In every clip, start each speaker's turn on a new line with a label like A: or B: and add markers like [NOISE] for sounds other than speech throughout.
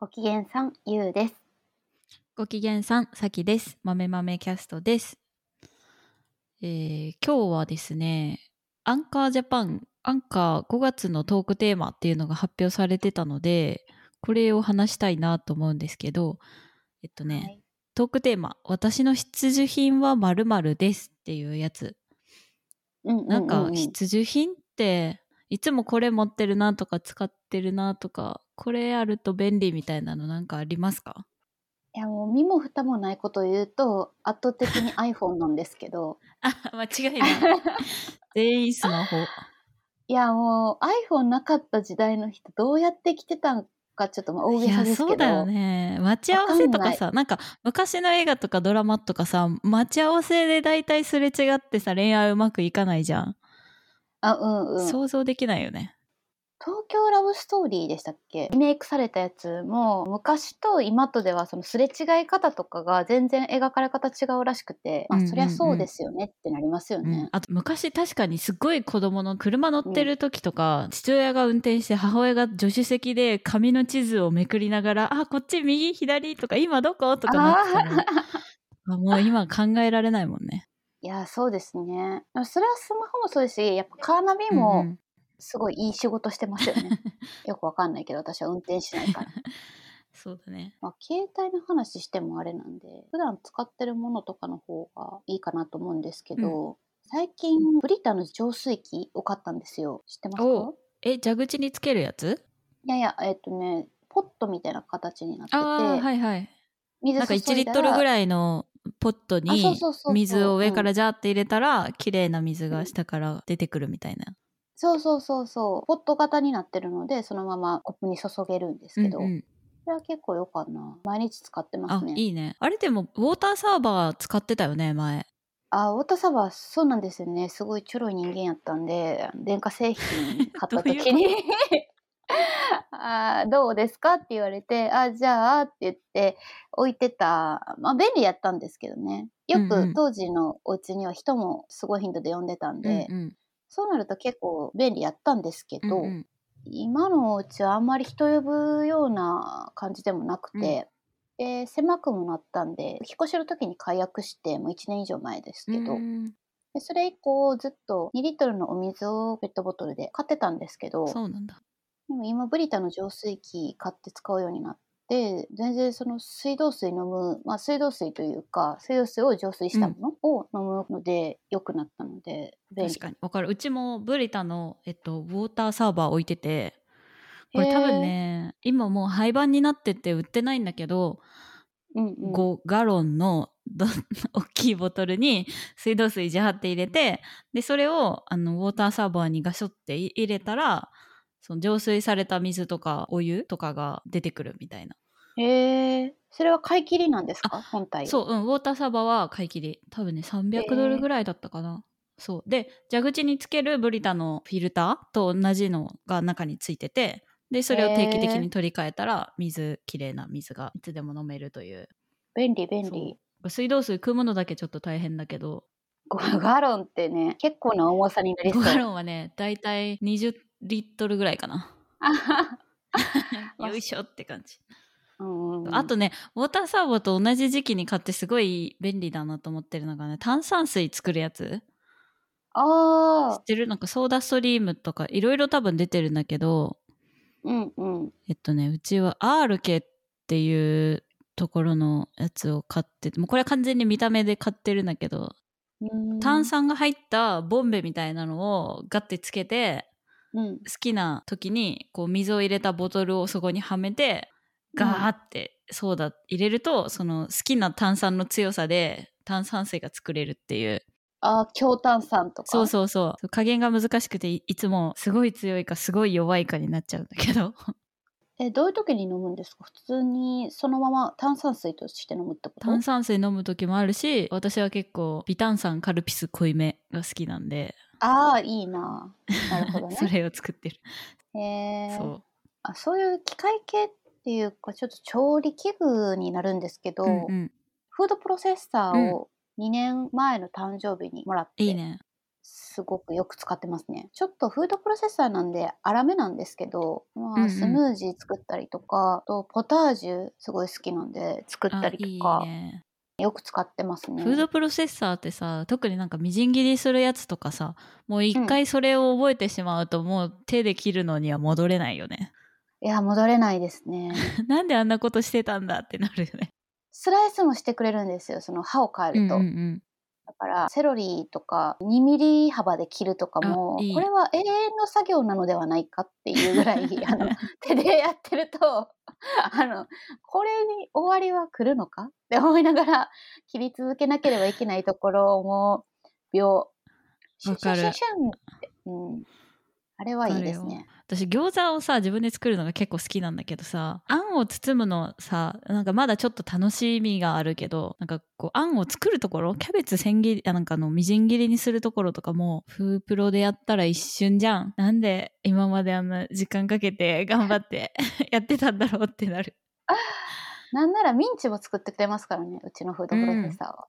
A: ご機嫌さん、ゆうです。
B: ご機嫌さん、さきです。まめまめキャストです。えー今日はですね、アンカージャパン、アンカー5月のトークテーマっていうのが発表されてたので、これを話したいなと思うんですけど、えっとね、
A: はい
B: トークテーマ、私の必需品は〇〇ですっていうやつ。
A: うううう
B: なんか必需品って、いつもこれ持ってるなとか使ってるなとか、これあると便利みたいなのなんかありますか
A: いやもう身も蓋もないことを言うと圧倒的に iPhone なんですけど
B: あ、間違いない。全員スマホ。
A: いやもう iPhone なかった時代の人どうやって来てたのかちょっとまあ大げ
B: い
A: さ
B: や、
A: です
B: そう
A: け
B: だ
A: ど、
B: よね。待ち合わせとかさ、なんか昔の映画とかドラマとかさ、待ち合わせで大体すれ違ってさ、恋愛うまくいかないじゃん。
A: あうんうん、東
B: 想像できないよね。
A: 京ラブストーリーでしたっけリメイクされたやつも昔と今とではそのすれ違い方とかが全然描かれ方違うらしくて、まあ
B: うんうんうん
A: そりゃそうですよねってなりますよ
B: う
A: ね
B: ん、。あと昔確かにすごい子供の車乗ってる時とか、父親が運転して母親が助手席で紙の地図をめくりながら「あこっち右左」とか「今どこ?」とかなってたのあもう今考えられないもんね。
A: いやそうですね。でもそれはスマホもそうですしやっぱカーナビ
B: うんう
A: も
B: ん
A: すごいいい仕事してますよ
B: [LAUGHS]
A: ね。よくわかんないけど私は運転しないから。
B: そうだね。
A: まあ、携帯の話してもあれなんで普段使ってるものとかの方がいいかなと思うんですけど、最近ブリタの浄水器を買ったんですよ知ってますか
B: おえ蛇口につけるやつ
A: いやいやえっ、とねポットみたいな形になってて、
B: あーはいはい。
A: 水
B: なんか1リットル
A: ら
B: ぐらいのポット
A: あそう
B: に
A: そうそうそう
B: 水を上か
A: う
B: ら
A: ん
B: ジャーって入れたら綺麗な水が下から出てくるみたいな。
A: そうそうそうそうポット型になってるのでそのままコップに注げるんですけど、
B: うんうん
A: それは結構良かな毎日使ってま
B: あ
A: すね
B: いいね。あれでもウォーターサーバー使ってたよね前。
A: あ太田さんはそうなんですよねすごいちょろい人間やったんで電化製品買った時に [LAUGHS] あーどうですか?」って言われて「あじゃあ」って言って置いてたまあ便利やったんですけどねよ
B: うんう
A: く
B: ん
A: 当時のお家には人もすごい頻度で呼んでたんで、
B: うんうん
A: そうなると結構便利やったんですけ
B: うん
A: ど、
B: うん
A: 今のお家はあんまり人呼ぶような感じでもなくて、で狭くもなったんで引っ越しの時に解約してもう1年以上前ですけど。
B: うん
A: でそれ以降ずっと2リットルのお水をペットボトルで買ってたんですけど
B: そうなんだ。
A: でも今ブリタの浄水器買って使うようになって全然その水道水飲む、まあ、水道水というか水道水を浄水したものを飲むので良くなったので便利
B: 確かにわかる。うちもブリタのえっとウォーターサーバー置いてて。これ多分ね今もう廃盤になってて売ってないんだけど
A: うんうん
B: 5ガロンのど [LAUGHS] 大きいボトルに水道水ジャーって入れてでそれをあのウォーターサーバーにガショってい入れたらその浄水された水とかお湯とかが出てくるみたいな
A: へえそれは買い切りなんですか本体
B: そううんウォーターサーバーは買い切り多分ね
A: へー
B: 300ドルぐらいだったかな、そうで蛇口につけるブリタのフィルターと同じのが中についててでそれを定期的に取り替えたら水きれいな水がいつでも飲めるという
A: 便利便利
B: そう水道水汲むのだけちょっと大変だけど
A: 5ガロンってね結構な重さになりそ
B: 5
A: う
B: ガロンはねだいたい20リットルぐらいかな
A: あはは
B: よいしょって感じ、
A: うんうん
B: あとねウォーターサーバーと同じ時期に買ってすごい便利だなと思ってるのがね炭酸水作るやつ知
A: あ
B: ってるなんかソーダストリームとかいろいろ多分出てるんだけど
A: ーうんうん
B: えっとねうちは RK っていうところのやつを買っててもうこれは完全に見た目で買ってるんだけど
A: うん
B: 炭酸が入ったボンベみたいなのをガッてつけて
A: うん
B: 好きな時にこう水を入れたボトルをそこにはめてガーってソーダ入れると、その好きな炭酸の強さで炭酸水が作れるっていう
A: あー強炭酸とか
B: そうそうそう加減が難しくていいつもすごい強いかすごい弱いかになっちゃうんだけど
A: えどういう時に飲むんですか普通にそのまま炭酸水として飲むってこと
B: [LAUGHS] 炭酸水飲む時もあるし私は結構微炭酸カルピス濃いめが好きなんで、
A: ああいいななるほど
B: [LAUGHS] そ
A: ね
B: れを作ってる、
A: へえ
B: そう
A: あそういう機械系っていうかちょっと調理器具になるんですけど、
B: うんうん
A: フードプロセッサーを2年前の誕生日にもらって
B: いいね
A: すごくよく使ってますね。ちょっとフードプロセッサーなんで粗めなんですけど、
B: うん
A: ま
B: う
A: あ、
B: ん
A: スムージー作ったりとか、あとポタージュすごい好きなんで作った
B: あ
A: り
B: いい
A: とか、
B: ね
A: よく使ってますね。
B: フードプロセッサーってさ特になんかみじん切りするやつとかさもう一回それを覚えてしまうと、もう手で切るのには戻れないよね
A: いや、戻れないです
B: [LAUGHS]
A: ね。
B: なんであんなことしてたんだってなるよね
A: スライスもしてくれるんですよ、その刃を変えると。
B: [LAUGHS] うんうん
A: だから、セロリとか2ミリ幅で切るとかも
B: あいい
A: これは永遠の作業なのではないかっていうぐらい、
B: [LAUGHS]
A: あの、手でやってると、 [LAUGHS] あの、これに終わりは来るのかって思いながら切り続けなければいけないところをもう、秒、シュンシュンシュンシュンって、うん。あれはいいですね。
B: 私餃子をさ自分で作るのが結構好きなんだけどさあんを包むのさなんかまだちょっと楽しみがあるけどなんかこうあんを作るところキャベツ千切りあなんかあのみじん切りにするところとかもフープロでやったら一瞬じゃんなんで今まであんな時間かけて頑張って [LAUGHS] やってたんだろうってな [LAUGHS] る
A: なんならミンチも作ってくれますからね、うちのフードプロセッサーは。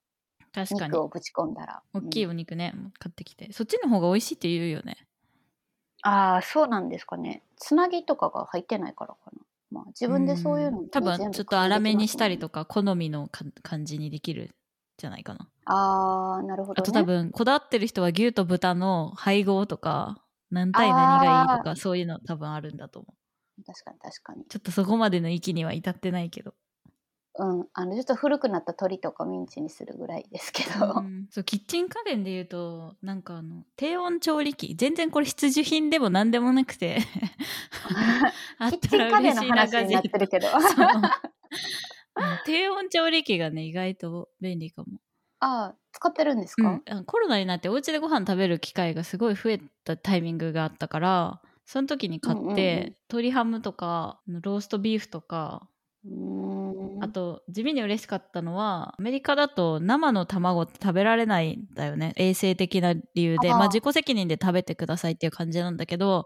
B: 確かに
A: 肉をぶち込んだら。
B: 大きい
A: うん
B: お肉ね買ってきてそっちの方が美味しいって言うよね
A: ああ、そうなんですかね。つなぎとかが入ってないからかな。まあ、自分でそういうの、
B: ん多分ちょっと粗めにしたりとか好みのか感じにできるんじゃないかな
A: か。ああ、なるほど、ね。
B: あと多分こだわってる人は牛と豚の配合とか何対何がいいとかそういうの多分あるんだと思う
A: 確かに確かに。
B: ちょっとそこまでの域には至ってないけど、
A: うん。あの、ちょっと古くなった鳥とかミンチにするぐらいですけど。 [LAUGHS]
B: そうキッチン家電で言うとなんかあの低温調理器全然これ必需品でも何でもなくて [LAUGHS] あっ
A: キッ
B: た
A: チン
B: ら
A: 家電
B: 嬉
A: の
B: しいな
A: 話
B: ガ
A: に
B: ジェ
A: な
B: ッ
A: っ
B: ト
A: てるけど。
B: [LAUGHS] そう
A: あ
B: うん低温調理器がね意外と便利かも
A: あ、使ってるんです
B: う
A: か、
B: ん、あコロナになってお家でご飯食べる機会がすごい増えたタイミングがあったからその時に買って、
A: うんうんうん
B: 鶏ハムとかあのローストビーフとか、
A: うーん。
B: あと地味に嬉しかったのはアメリカだと生の卵って食べられないんだよね衛生的な理由で
A: あー
B: まあ自己責任で食べてくださいっていう感じなんだけど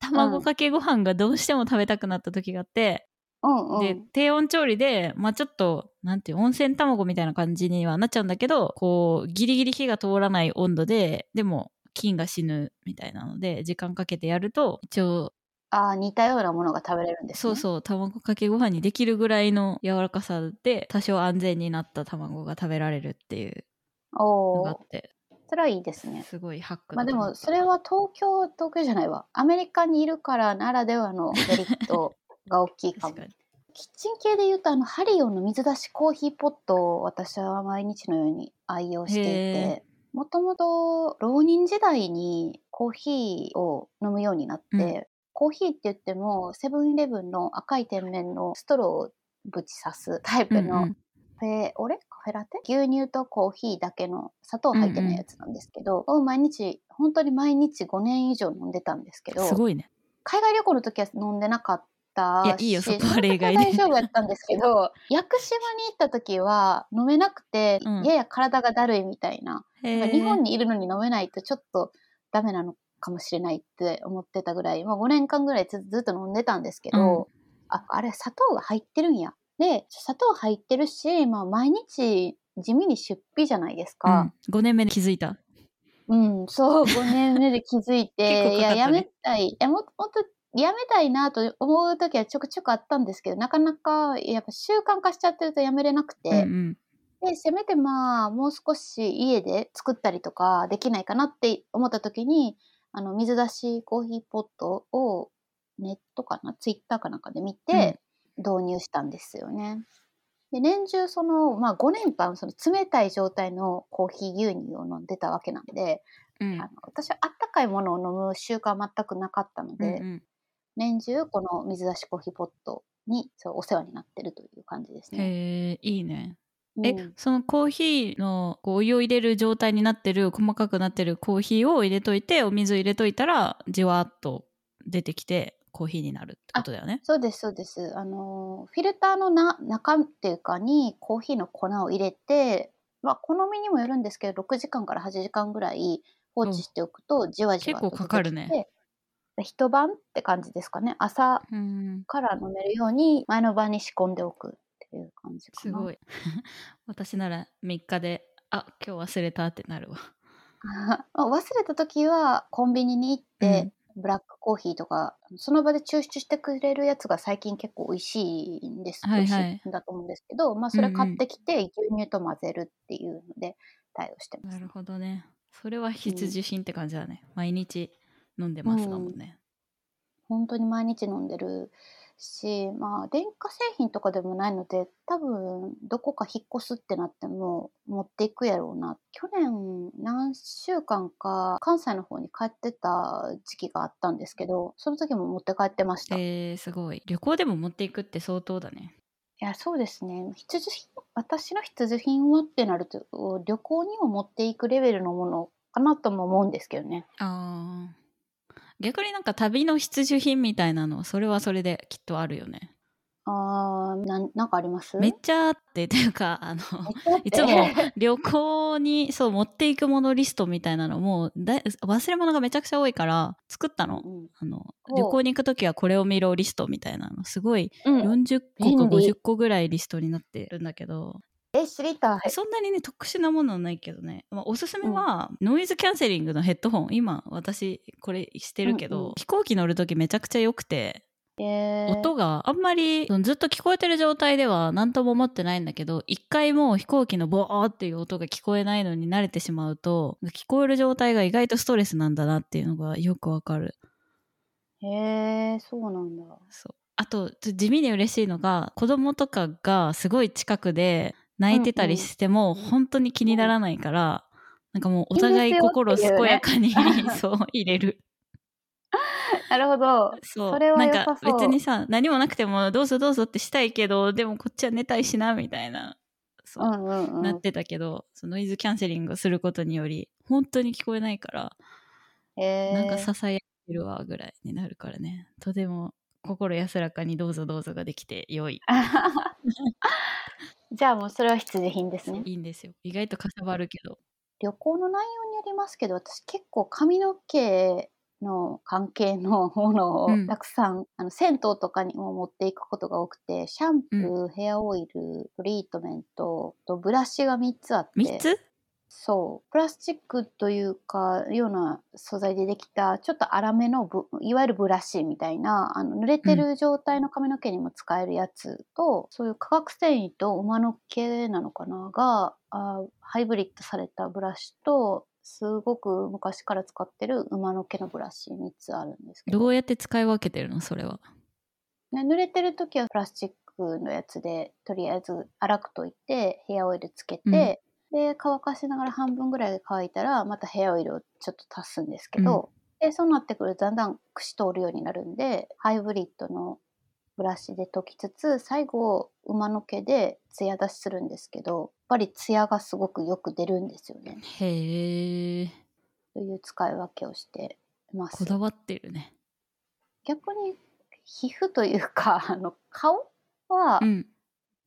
B: 卵かけご飯がどうしても食べたくなった時があって、
A: うんうん。
B: で低温調理でまあちょっとなんていう温泉卵みたいな感じにはなっちゃうんだけどこうギリギリ火が通らない温度ででも菌が死ぬみたいなので時間かけてやると一応
A: ああ、似たようなものが食べれるんです、ね。
B: そうそう卵かけご飯にできるぐらいの柔らかさで多少安全になった卵が食べられるっていうの
A: お
B: があ
A: お
B: っ。て
A: それはいいですね。
B: すごいハック
A: まあで
B: だと思
A: も
B: った
A: それは東京東京じゃないわアメリカにいるからならではのメリットが大きいかも
B: [LAUGHS] 確かに
A: キッチン系で言うとあのハリオンの水出しコーヒーポットを私は毎日のように愛用してい
B: へ
A: てもともと浪人時代にコーヒーを飲むようになって、
B: うん
A: コーヒーって言ってもセブンイレブンの赤い天然のストローをぶち刺すタイプ
B: うんう
A: の
B: ん
A: カフェオレカフェラテ牛乳とコーヒーだけの砂糖入ってないやつなんですけど、を毎日本当に毎日5年以上飲んでたんですけど
B: すごいね
A: 海外旅行の時は飲んでなかった
B: いやいいよ
A: し
B: そこは例外
A: その
B: で
A: 時は大丈夫だったんですけど屋久島に行った時は飲めなくて、
B: うん
A: やや体がだるいみたいななんか日本
B: に
A: にいるのに飲めないとちょっとダメなのかもしれないって思ってたぐらい、まあ、5年間ぐらいずずっと飲んでたんですけど、ああれ砂糖が入ってるんやで砂糖入ってるし、まあ、毎日地味に出費じゃないですか、
B: 5年目で気づいた
A: うん、そう、5年目で気づいて、
B: [LAUGHS] 結構
A: い
B: かか
A: や、や
B: ったね
A: めたい、いやもっと、もっとやめたいなと思う時はちょくちょくあったんですけど、なかなか、やっぱ習慣化しちゃってるとやめれなくて、
B: うんうん
A: で、せめてまあ、もう少し家で作ったりとかできないかなって思った時に、あの、水出しコーヒーポットをネットかな、ツイッターかなんかで見て導入したんですよね。で、年中その、まあ5年間その冷たい状態のコーヒー牛乳を飲んでたわけなんで、
B: うん
A: あの私はあったかいものを飲む習慣は全くなかったので、
B: うんうん
A: 年中この水出しコーヒーポットにそうお世話になってるという感じですね。
B: へえいいね
A: うん
B: え、そのコーヒーのこうお湯を入れる状態になってる細かくなってるコーヒーを入れといてお水を入れといたらじわっと出てきてコーヒーになるってことだよね。
A: そうですそうです。あのフィルターのな中っていうかにコーヒーの粉を入れて、まあ好みにもよるんですけど6時間から8時間ぐらい放置しておくとじわじわと
B: 結構かかるね
A: 出てきて。一晩って感じですかね。朝
B: うん
A: から飲めるように前の晩に仕込んでおくっていう感じかな。
B: [LAUGHS] すごい私なら3日であ今日忘れたってなるわ。
A: [LAUGHS] あ忘れた時はコンビニに行って、ブラックコーヒーとかその場で抽出してくれるやつが最近結構美味しいんです、
B: はいはい
A: 美味しいんだと思うんですけど、まあ、それ買ってきて牛乳と混ぜるっていうので対応してます、
B: なるほどね。それは必需品って感じだね。毎日飲んでますだもんね。
A: 本当に毎日飲んでるし、まあ、電化製品とかでもないので多分どこか引っ越すってなっても持っていくやろうな去年何週間か関西の方に帰ってた時期があったんですけどその時も持って帰ってました、い
B: えー、すごい。旅行でも持っていくって相当だね。
A: やそうですね必需品私の必需品はってなると旅行にも持っていくレベルのものかなとも思うんですけどね
B: ああ。逆になんか旅の必需品みたいなのそれはそれできっとあるよね。
A: あーなんなんかあります
B: めっちゃあってというかあの
A: めっちゃあって
B: い [LAUGHS] 旅行にそう持っていくものリストみたいなのもうだい忘れ物がめちゃくちゃ多いから作ったの。
A: うん
B: あの
A: お
B: 旅行に行く時はこれを見ろリストみたいなのすごい
A: うん、
B: 40個か
A: 便利
B: 50個ぐらいリストになってるんだけど、
A: え知りたい
B: そんなにね特殊なものはないけどね、まあ、おすすめは、ノイズキャンセリングのヘッドホン今私これしてるけど、
A: うんうん
B: 飛行機乗る時めちゃくちゃ良くて、
A: えー
B: 音があんまりそのずっと聞こえてる状態では何とも思ってないんだけど一回もう飛行機のボーっていう音が聞こえないのに慣れてしまうと聞こえる状態が意外とストレスなんだなっていうのがよくわかる。
A: へえ、そうなん
B: [LAUGHS]
A: だ。
B: そうあとつ地味に嬉しいのが子供とかがすごい近くで泣いてたりしても本当に気にならないから、なんかもうお互い心健やかに、そう入れる
A: なるほど。
B: そう
A: それは
B: なん
A: 良さ
B: か
A: そう
B: 別にさ何もなくてもどうぞどうぞってしたいけどでもこっちは寝たいしなみたいなそう
A: う、んうんうん。
B: なってたけどそのノイズキャンセリングをすることにより本当に聞こえないから、
A: へー
B: なんか支えてるわぐらいになるからねとても心安らかにどうぞどうぞができて良い
A: [LAUGHS] じゃあもうそれは必需品ですね。
B: いいんですよ。意外とかさばるけど。
A: 旅行の内容によりますけど、私結構髪の毛の関係のものを
B: うん
A: たくさん、あの銭湯とかにも持っていくことが多くて、シャンプー、ヘアオイル、トリートメントとブラシが3つあって。
B: 3つ
A: そうプラスチックというかような素材でできたちょっと粗めのブいわゆるブラシみたいなあの濡れてる状態の髪の毛にも使えるやつと、そういう化学繊維と馬の毛なのかながあハイブリッドされたブラシとすごく昔から使ってる馬の毛のブラシ3つあるんですけど
B: どうやって使い分けてるのそれは。
A: ね、濡れてる時はプラスチックのやつでとりあえず洗くといてヘアオイルつけて、で乾かしながら半分ぐらい乾いたらまたヘアオイルをちょっと足すんですけど、でそうなってくるとだんだん串通るようになるんでハイブリッドのブラシで溶きつつ最後馬の毛で艶出しするんですけどやっぱり艶がすごくよく出るんですよね
B: へえ。
A: という使い分けをしてます。
B: こだわってるね。
A: 逆に皮膚というかあの顔は、
B: うん。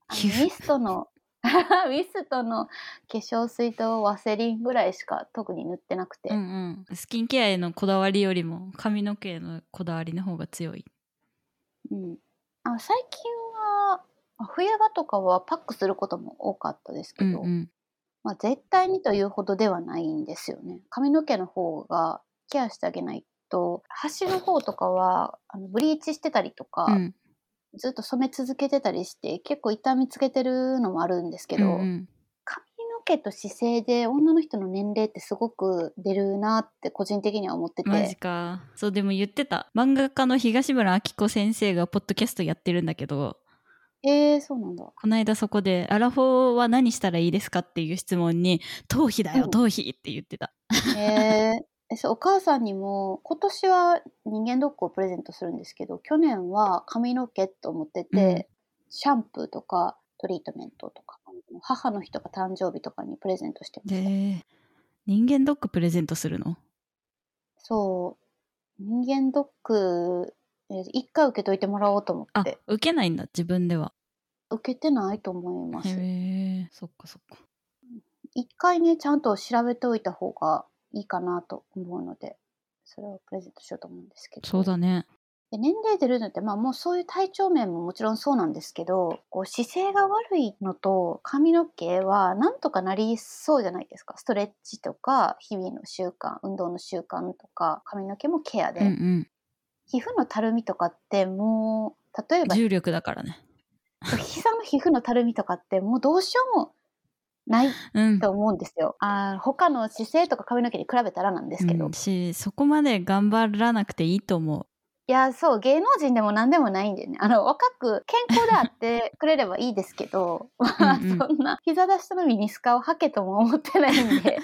A: あの
B: 皮膚
A: ミストの [LAUGHS] ミストの化粧水とワセリンぐらいしか特に塗ってなくて、
B: うんうん。スキンケアへのこだわりよりも髪の毛へのこだわりの方が強い。
A: うんあ最近はあ冬場とかはパックすることも多かったですけ
B: うん
A: ど、
B: うん。
A: まあ、絶対にというほどではないんですよね髪の毛の方がケアしてあげないと端の方とかはあのブリーチしてたりとか、
B: うん
A: ずっと染め続けてたりして結構痛みつけてるのもあるんですけど、
B: うんうん
A: 髪の毛と姿勢で女の人の年齢ってすごく出るなって個人的には思って
B: マジ
A: て
B: か。そうでも言ってた。漫画家の東村明子先生がポッドキャストやってるんだけど、
A: えー、そうなんだ
B: [LAUGHS] この間そこで「アラフォーは何したらいいですか?」っていう質問に「頭皮だ
A: う
B: よ
A: ん
B: 頭皮」って言ってた。
A: えーえそうお母さんにも今年は人間ドックをプレゼントするんですけど去年は髪の毛と思ってて、シャンプーとかトリートメントとか母の日とか誕生日とかにプレゼントしてました、
B: で人間ドックプレゼントするの
A: そう人間ドックえー一回受けといてもらおうと思っ
B: あ
A: て
B: 受けないんだ自分では
A: 受けてないと思います
B: へえそっかそっか
A: 一回ねちゃんと調べておいた方がいいかなと思うのでそれをプレゼントしようと思うんですけど
B: そうだね
A: えで年齢出るのって、まあ、もうそういう体調面ももちろんそうなんですけどこう姿勢が悪いのと髪の毛はなんとかなりそうじゃないですかストレッチとか日々の習慣運動の習慣とか髪の毛もケアで、
B: うんうん
A: 皮膚のたるみとかってもう例えば
B: 重力だからね
A: 膝の皮膚のたるみとかってもうどうしようもない
B: うん
A: と思うんですよ。あー他の姿勢とか髪の毛に比べたらなんですけど、
B: うん
A: い
B: しそこまで頑張らなくていいと思
A: やそう芸能人でも何でもないんでねあの若く健康であってくれればいいですけ
B: [LAUGHS]
A: どまあ
B: うんうん
A: そんな膝出したのミニスカを履けとも思ってないん
B: [LAUGHS]
A: で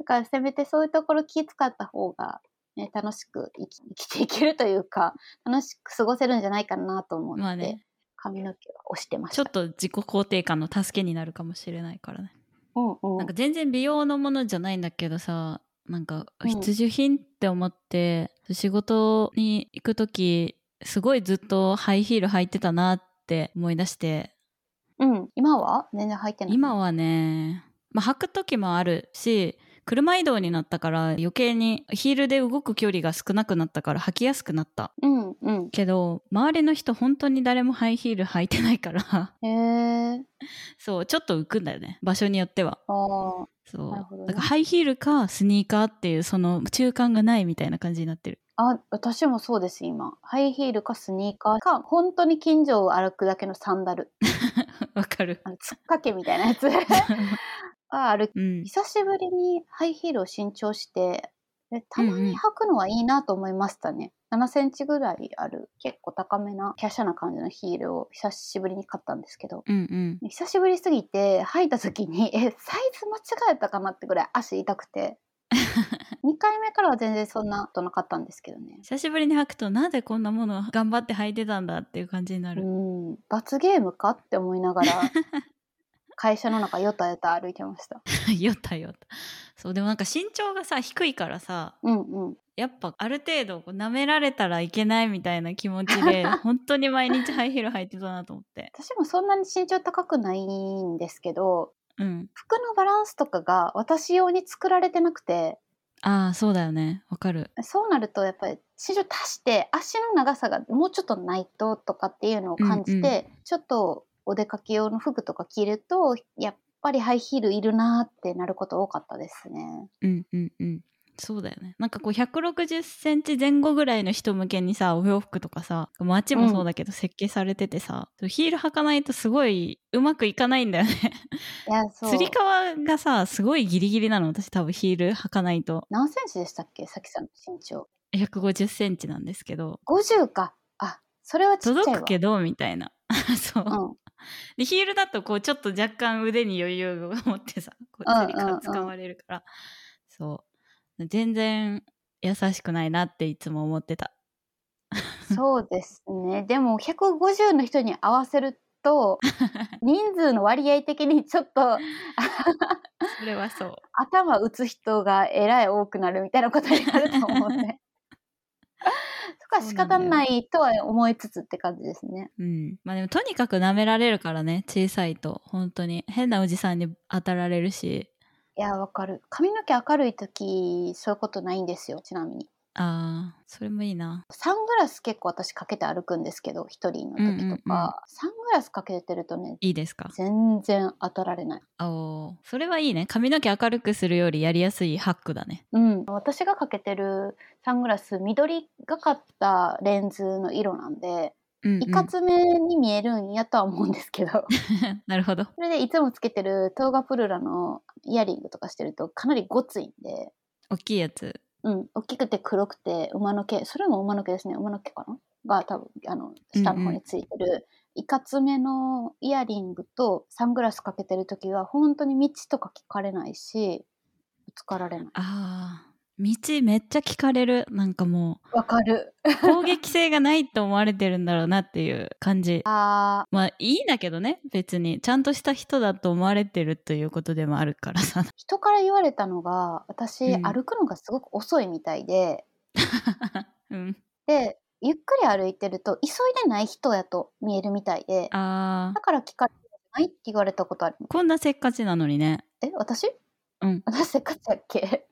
A: だからせめてそういうところ気使った方が、ね、楽しく生き生きていけるというか楽しく過ごせるんじゃないかなと思っ
B: う
A: て、
B: まあね
A: 髪の毛は押してまし
B: ちょ
A: た。
B: っと自己肯定感の助けになるかもしれないからね
A: うんうん
B: なんか全然美容のものじゃないんだけどさなんか
A: うん
B: 必需品って思って、仕事に行く時すごいずっとハイヒール履いてたなって思い出して
A: うん、今は全然入ってない。
B: 今はね、まあ、履く時もあるし車移動になったから余計にヒールで動く距離が少なくなったから履きやすくなった
A: うんうん。
B: けど周りの人本当に誰もハイヒール履いてないから
A: へえ。
B: そうちょっと浮くんだよね場所によっては
A: ああ。
B: そう
A: なるほどね
B: だからハイヒールかスニーカーっていうその中間がないみたいな感じになってる [LAUGHS]
A: あ、私もそうです、今。ハイヒールかスニーカーか、本当に近所を歩くだけのサンダル。
B: わかる
A: あの、つっかけみたいなやつ。
B: [LAUGHS]
A: [LAUGHS] あ、歩き。
B: うん
A: 久しぶりにハイヒールを新調して、でたま
B: うんうん
A: に履くのはいいなと思いましたね。7センチぐらいある、結構高めな、華奢な感じのヒールを久しぶりに買ったんですけど。
B: うんうん
A: 久しぶりすぎて履いた時にえサイズ間違えたかなってぐらい足痛くて
B: [LAUGHS]
A: 2回目からは全然そんなことなかったんですけどね
B: 久しぶりに履くとなぜこんなものを頑張って履いてたんだっていう感じにな
A: う
B: [LAUGHS] る、
A: ん罰ゲームかって思いなが
B: [LAUGHS]
A: ら会社の中よたよた歩いてました
B: よたよたそうでもなんか身長がさ低いからさ
A: うんうん
B: やっぱある程度こう舐められたらいけないみたいな気持
A: [LAUGHS]
B: ちで本当に毎日ハイヒール履いてたなと思って
A: 私もそんなに身長高くないんですけど
B: うん
A: 服のバランスとかが私用に作られてなくて
B: ああそうだよねわかる
A: そうなるとやっぱり身長足して足の長さがもうちょっとないととかっていうのを感じて、ちょっとお出かけ用の服とか着るとやっぱりハイヒールいるなーってなること多かったですね。
B: うんうんうんそうだよねなんかこう1 6 0センチ前後ぐらいの人向けにさお洋服とかさ街もそうだけど設計されててさ、ヒール履かないとすごいうまくいかないんだよね
A: いやそう
B: つり革がさすごいギリギリなの私多分ヒール履かないと
A: 何センチでしたっけさきさんの身長。
B: 1 5 0センチなんですけど
A: 50か。あそれはちっちゃいわ。
B: 届くけどみたいな [LAUGHS] そう、
A: うん、
B: でヒールだとこうちょっと若干腕に余裕を持ってさこう
A: うん
B: 釣り
A: うんう
B: か
A: ん
B: 使われるから、そう全然優しくないなっていつも思ってた [LAUGHS]
A: そうですね。でも150の人に合わせる
B: [LAUGHS]
A: と人数の割合的にちょっと
B: それはそう
A: 頭打つ人がえらい多くなるみたいなことになると思う
B: [LAUGHS]
A: ね。そこは仕方ないとは思いつつって感じですね。
B: うんまあでもとにかく舐められるからね小さいと本当に変なおじさんに当たられるし
A: いや、わかる。髪の毛明るい時、そういうことないんですよ、ちなみに。
B: あーそれもいいな
A: サングラス結構私かけて歩くんですけど、一人の時とか、
B: うんうんうん
A: サングラスかけてるとね、
B: いいですか
A: 全然当たられない。
B: あおーそれはいいね髪の毛明るくするよりやりやすいハックだね
A: うん。私がかけてるサングラス、緑がかったレンズの色なんで、
B: うん、うん
A: いかつめに見えるんやとは思うんですけど。 [LAUGHS]
B: [LAUGHS] なるほど
A: それでいつもつけてるトーガプルラのイヤリングとかしてるとかなりごついんで、
B: 大きいやつ
A: うん、大きくて黒くて馬の毛、それも馬の毛ですね、馬の毛かなが多分、あの、下の方についてる、いかつめのイヤリングとサングラスかけてるときは、本当に道とか聞かれないし、ぶつかられない。
B: あー道めっちゃ聞かれるなんかも
A: わかる。
B: う攻撃性がないと思われてるんだろうなっていう感じ
A: あー
B: [LAUGHS] まあいいんだけどね別にちゃんとした人だと思われてるということでもあるから [LAUGHS] さ
A: 人から言われたのが、私、
B: うん
A: 歩くのがすごく遅いみたいで、
B: うん
A: で、ゆっくり歩いてると、急いでない人やと見えるみたいで、
B: あ
A: だから聞かれてないって言われたことある。
B: ーこんなせっかちなのにね
A: え、 [LAUGHS] 私
B: うん [LAUGHS]
A: 私せっかちだっけ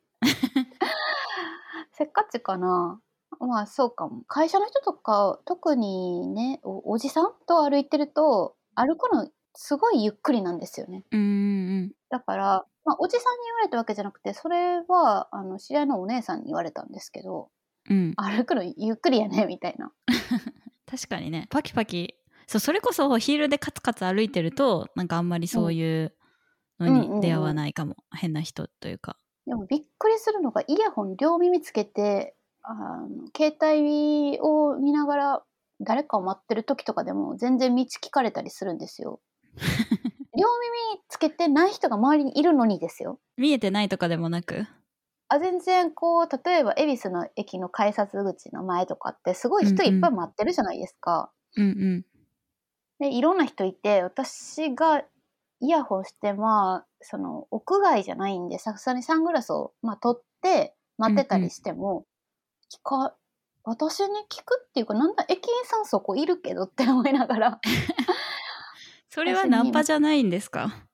A: せっかちかなまあそうかも。会社の人とか、特にね、おおじさんと歩いてると、歩くのすごいゆっくりなんですよね。
B: うんうん
A: だから、まあ、おじさんに言われたわけじゃなくて、それは、あの、知り合いのお姉さんに言われたんですけど、
B: うんうん
A: 歩くのゆっくりやね、みたいな。
B: 確かにねパキパキそうそれこそヒールでカツカツ歩いてるとなんかあんまりそういうの
A: うんうんうんう
B: に
A: ん
B: 出会わないかも、変な人というか
A: でもびっくりするのが、イヤホン両耳つけて、あの携帯を見ながら、誰かを待ってる時とかでも、全然道聞かれたりするんです
B: [LAUGHS]
A: よ。両耳つけてない人が周りにいるのにですよ。
B: 見えてないとかでもなく
A: あ全然こう例えば恵比寿の駅の改札口の前とかってすごい人
B: うんうん
A: いっぱい待ってるじゃないですか。
B: うんうん
A: でいろんな人いて私がイヤホンしてまあその屋外じゃないんでさすがにサングラスを、まあ、取って待ってたりしても、聞か私に聞くっていうかなんだ駅員さんそこいるけどって思いながら
B: それはナンパじゃないんですか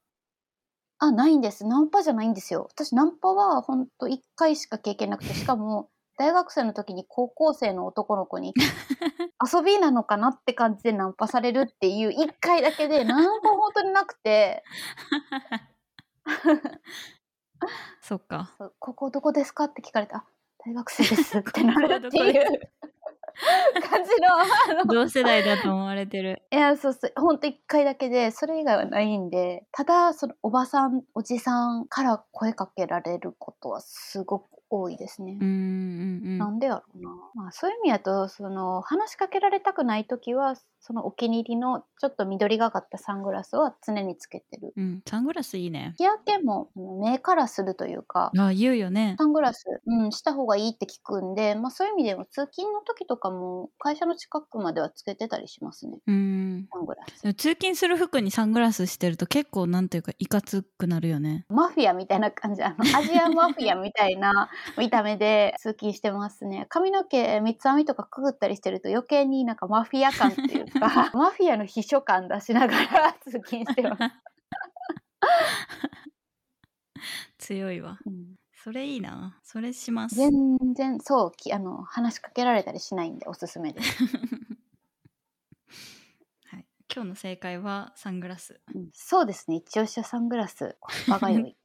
B: [LAUGHS]
A: あないんですナンパじゃないんですよ。私ナンパはほんと1回しか経験なくてしかも大学生の時に高校生の男の子に遊びなのかなって感じでナンパされるっていう一回だけでナンパ本当になくて
B: そっか
A: そうここどこですかって聞かれてあ大学生
B: [LAUGHS]
A: ですってなるってい
B: ここ
A: う
B: はどこ
A: 感じのあの
B: 同世代だと思われてる
A: いやそうそう本当一回だけでそれ以外はないんでただそのおばさんおじさんから声かけられることはすごく多いですね。
B: [LAUGHS] うんうんう
A: なんんでやろうな、まあ、そういう意味だとその話しかけられたくない時はそのお気に入りのちょっと緑がかったサングラスは常につけてる
B: うんサングラスいいね
A: 日焼けもあの目からするというか
B: あ言うよね
A: サングラス、うん、した方がいいって聞くんで、まあ、そういう意味でも通勤の時とかも会社の近くまではつけてたりしますね
B: うん
A: サングラス
B: でも通勤する服にサングラスしてると結構なんていうかいかつくなるよね
A: マフィアみたいな感じあのアジアンマフィアみたいな見た目で通勤してますね髪の毛三つ編みとかくぐったりしてると余計になんかマフィア感っていうかマフィアの秘書感出しながら通勤してます、
B: 強いわ
A: うん
B: それいいなそれします
A: 全然そうきあの話しかけられたりしないんでおすすめです、
B: はい、今日の正解はサングラス
A: うんそうですね一押しはサングラスコスパが良い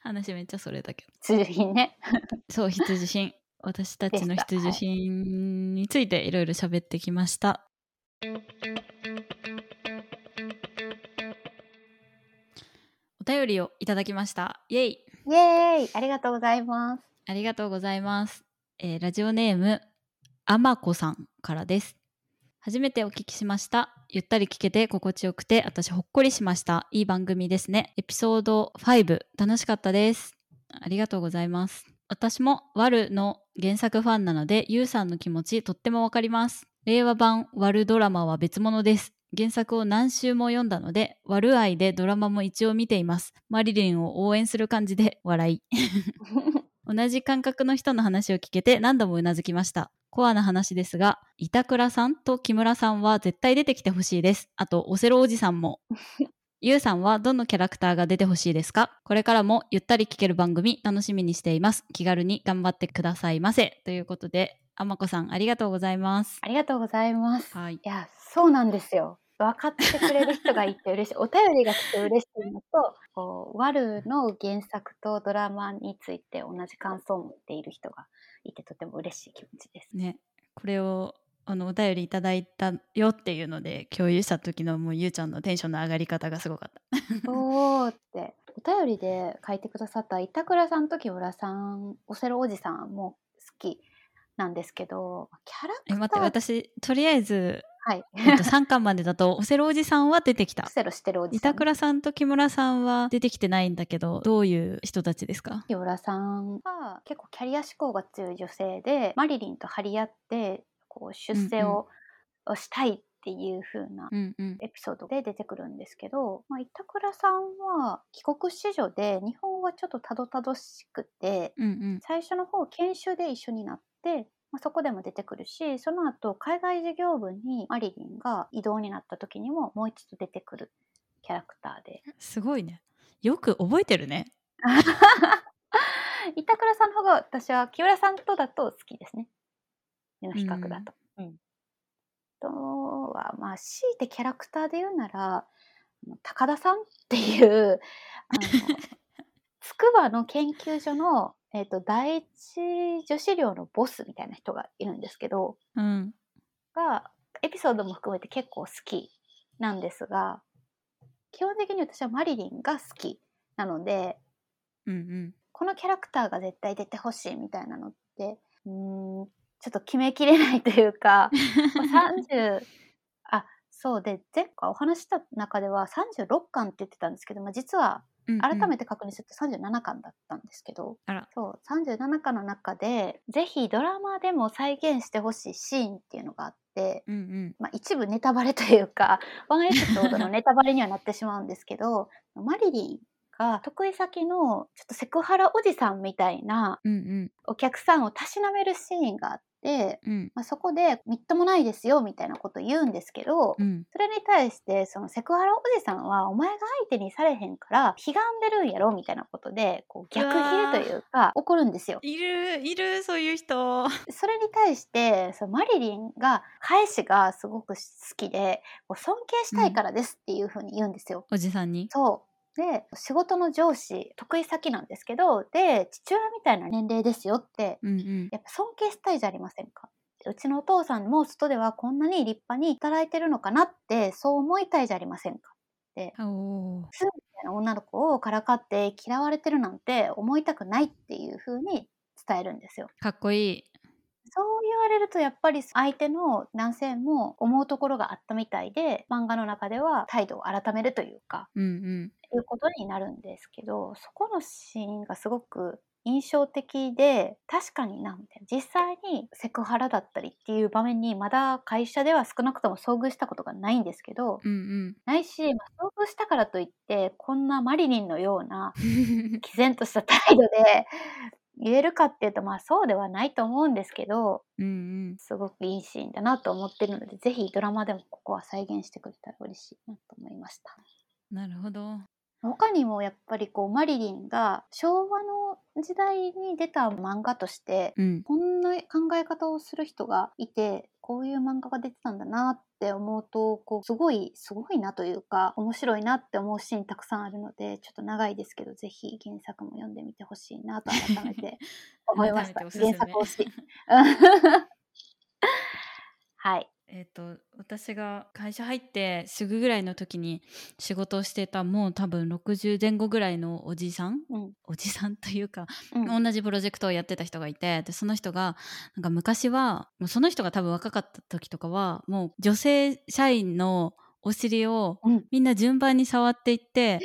B: 話めっちゃそれだけど
A: 通品ね
B: そう必需 [LAUGHS] 品私たちの
A: でした
B: 必需品についていろいろ喋ってきましたお便りをいただきましたイエイ
A: イエーイありがとうございます [LAUGHS]
B: ありがとうございます、えーラジオネームあまこさんからです初めてお聞きしましたゆったり聞けて心地よくて私ほっこりしましたいい番組ですねエピソード5楽しかったですありがとうございます私も「ワル」の原作ファンなのでゆうさんの気持ちとってもわかります令和版「ワル」ドラマは別物です原作を何週も読んだので「ワル愛」でドラマも一応見ていますマリリンを応援する感じで笑い同じ感覚の人の話を聞けて何度もうなずきました。コアな話ですが、板倉さんと木村さんは絶対出てきてほしいです。あと、オセロおじさん [LAUGHS] も。ゆうさんはどのキャラクターが出てほしいですかこれからもゆったり聞ける番組楽しみにしています。気軽に頑張ってくださいませ。ということで、あまこさんありがとうございます。
A: ありがとうございます
B: はい。
A: いや、そうなんですよ。分かってくれる人がいて
B: [LAUGHS]
A: 嬉しい。お便りが来て嬉しいのと、こう、ワルの原作とドラマについて同じ感想を持っている人がいてとても嬉しい気持ちです。
B: ね、これをあのお便りいただいたよっていうので共有した時のもうゆうちゃんのテンションの上がり方がすごかった。
A: おーって、お便りで書いてくださった板倉さんと木村さん、オセロおじさんも好きなんですけど、キ
B: え、
A: ャラ
B: 待
A: ク
B: っ
A: タ
B: て、
A: ー、
B: 私、とりあえず、
A: はい、
B: えっと、3巻までだとオセロおじさんは出てき
A: オ
B: た
A: セロしてるおじさん
B: 板
A: ね。
B: 倉さんと木村さんは出てきてないんだけどどういう人たちですか
A: 木村さんは結構キャリア志向が強い女性でマリリンと張り合ってこう出世を,、をしたいっていう風な
B: うんうん
A: エピソードで出てくるんですけど、まあ、板倉さんは帰国子女で日本語がちょっとたどたどしくて
B: うんうん
A: 最初の方研修で一緒になって、まあ、そこでも出てくるしその後海外事業部にマリリンが異動になった時にももう一度出てくるキャラクターです
B: ごいねよく覚えてるね
A: [LAUGHS] 板倉さんの方が私は木村さんとだと好きですね。の比較だと。
C: うんうん
A: あとはまあ強いてキャラクターで言うならあの高田さんって
C: [LAUGHS]
A: いうあの筑波の研究所の、えー、と第一女子寮のボスみたいな人がいるんですけど
B: うん。
A: がエピソードも含めて結構好きなんですが基本的に私はマリリンが好きなので
B: うんうん。
A: このキャラクターが絶対出てほしいみたいなのってうーんちょっと決めきれないというかまあ30あそうで前回お話しした中では36巻って言ってたんですけど、まあ、実は改めて
B: て。
A: 確認すると37巻だったんですけど、
B: あら。
A: そう37巻の中でぜひドラマでも再現してほしいシーンっていうのがあって。
B: うんうん。
A: まあ、一部ネタバレというか [LAUGHS] ワンエピソードのネタバレにはなってしまうんですけどマリリンが得意先のちょっとセクハラおじさんみたいな
B: うんうん。
A: お客さんをたしなめるシーンがあって、
B: うん。
A: まあ、そこでみっともないですよみたいなこと言うんですけど、
B: うん。
A: それに対してそのセクハラおじさんはお前が相手にされへんからひがんでるんやろみたいなことでこう逆ヒレというか怒るんですよ。
B: いる、いる、そういう人。
A: それに対してそのマリリンが返しがすごく好きでこう尊敬したいからですっていうふうに言うんですよ。
B: おじさんに。
A: そうで仕事の上司得意先なんですけどで父親みたいな年齢ですよって
B: うんうん。
A: やっぱ尊敬したいじゃありませんか。うちのお父さんも外ではこんなに立派に働いてるのかなってそう思いたいじゃありませんか。
B: おお。
A: スーみたいな女の子をからかって嫌われてるなんて思いたくないっていうふうに伝えるんですよ。
B: かっこいい。
A: そう言われるとやっぱり相手の男性も思うところがあったみたいで漫画の中では態度を改めるというか
B: うんうん。
A: いうことになるんですけどそこのシーンがすごく印象的で確かになみたいな実際にセクハラだったりっていう場面にまだ会社では少なくとも遭遇したことがないんですけど
B: うん
A: ないし、まあ遭遇したからといってこんなマリリンのような
B: う
A: 毅
B: ん。 [LAUGHS]
A: 然とした態度で言えるかっていうとまあそうではないと思うんですけど
B: うんうん。
A: すごくいいシーンだなと思ってるので、ぜひドラマでもここは再現してくれたら嬉しいなと思いました。
B: なるほど。
A: 他にもやっぱりこうマリリンが昭和の時代に出た漫画として、
B: うん。
A: こんな考え方をする人がいて、こういう漫画が出てたんだなって思うと、こうすごい、すごいなというか、面白いなって思うシーンたくさんあるので、ちょっと長いですけど、ぜひ原作も読んでみてほしいなと改め
B: [LAUGHS]
A: て思いました。
B: 改めておすすめ
A: 原作推し。うん
B: [LAUGHS]
A: はい。
B: えっ、と私が会社入ってすぐぐらいの時に仕事をしてたもう多分60前後ぐらいのおじさん
A: うん
B: おじさんというか、
A: うん
B: 同じプロジェクトをやってた人がいてでその人がなんか昔はもうその人が多分若かった時とかはもう女性社員のお尻を
A: うん
B: みんな順番に触っていって、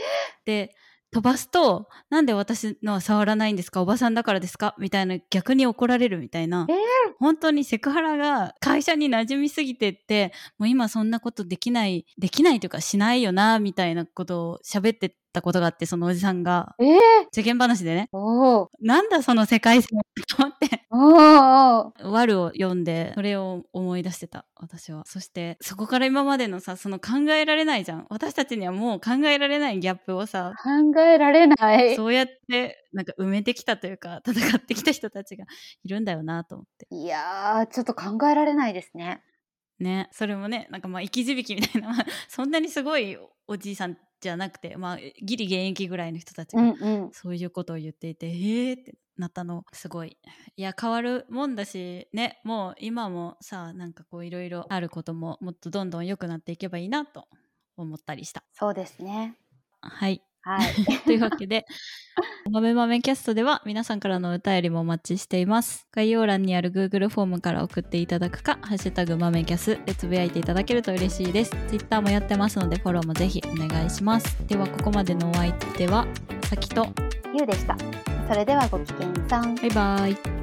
B: で飛ばすと「なんで私のは触らないんですかおばさんだからですか?」みたいな逆に怒られるみたいな、
A: えー
B: 本当にセクハラが会社に馴染みすぎてってもう今そんなことできないできないというかしないよなみたいなことを喋ってたことがあってそのおじさんが
A: ええ
B: 世間話でね
A: おお
B: なんだその世界線と思って [LAUGHS]
A: おーお
B: 「ワル」を読んでそれを思い出してた私はそしてそこから今までのさその考えられないじゃん私たちにはもう考えられないギャップをさ
A: ー考えられない。
B: そうやってなんか埋めてきたというか戦ってきた人たちがいるんだよなと思って
A: いやーちょっと考えられないですね。
B: ねそれもねなんかまあ生き字引きみたいな、 [LAUGHS] まあそんなにすごいおじいさんじゃなくてまあギリ現役ぐらいの人たち
A: う
B: が
A: んうん。
B: そういうことを言っていて、えーってなったの、すごい。いや、変わるもんだし、ね、もう今もさ、なんかこういろいろあることももっとどんどん良くなっていけばいいなと思ったりした。
A: そうですね。
B: はい。
A: はい。
B: というわけで、まめまめキャストでは皆さんからのお便りもお待ちしています。概要欄にある Google フォームから送っていただくか、ハッシュタグまめキャスでつぶやいていただけると嬉しいです。Twitter もやってますのでフォローもぜひお願いします。では、ここまでのお相手は、さきと、
A: ゆうでした。それではごきげんさん。
B: バイバイ。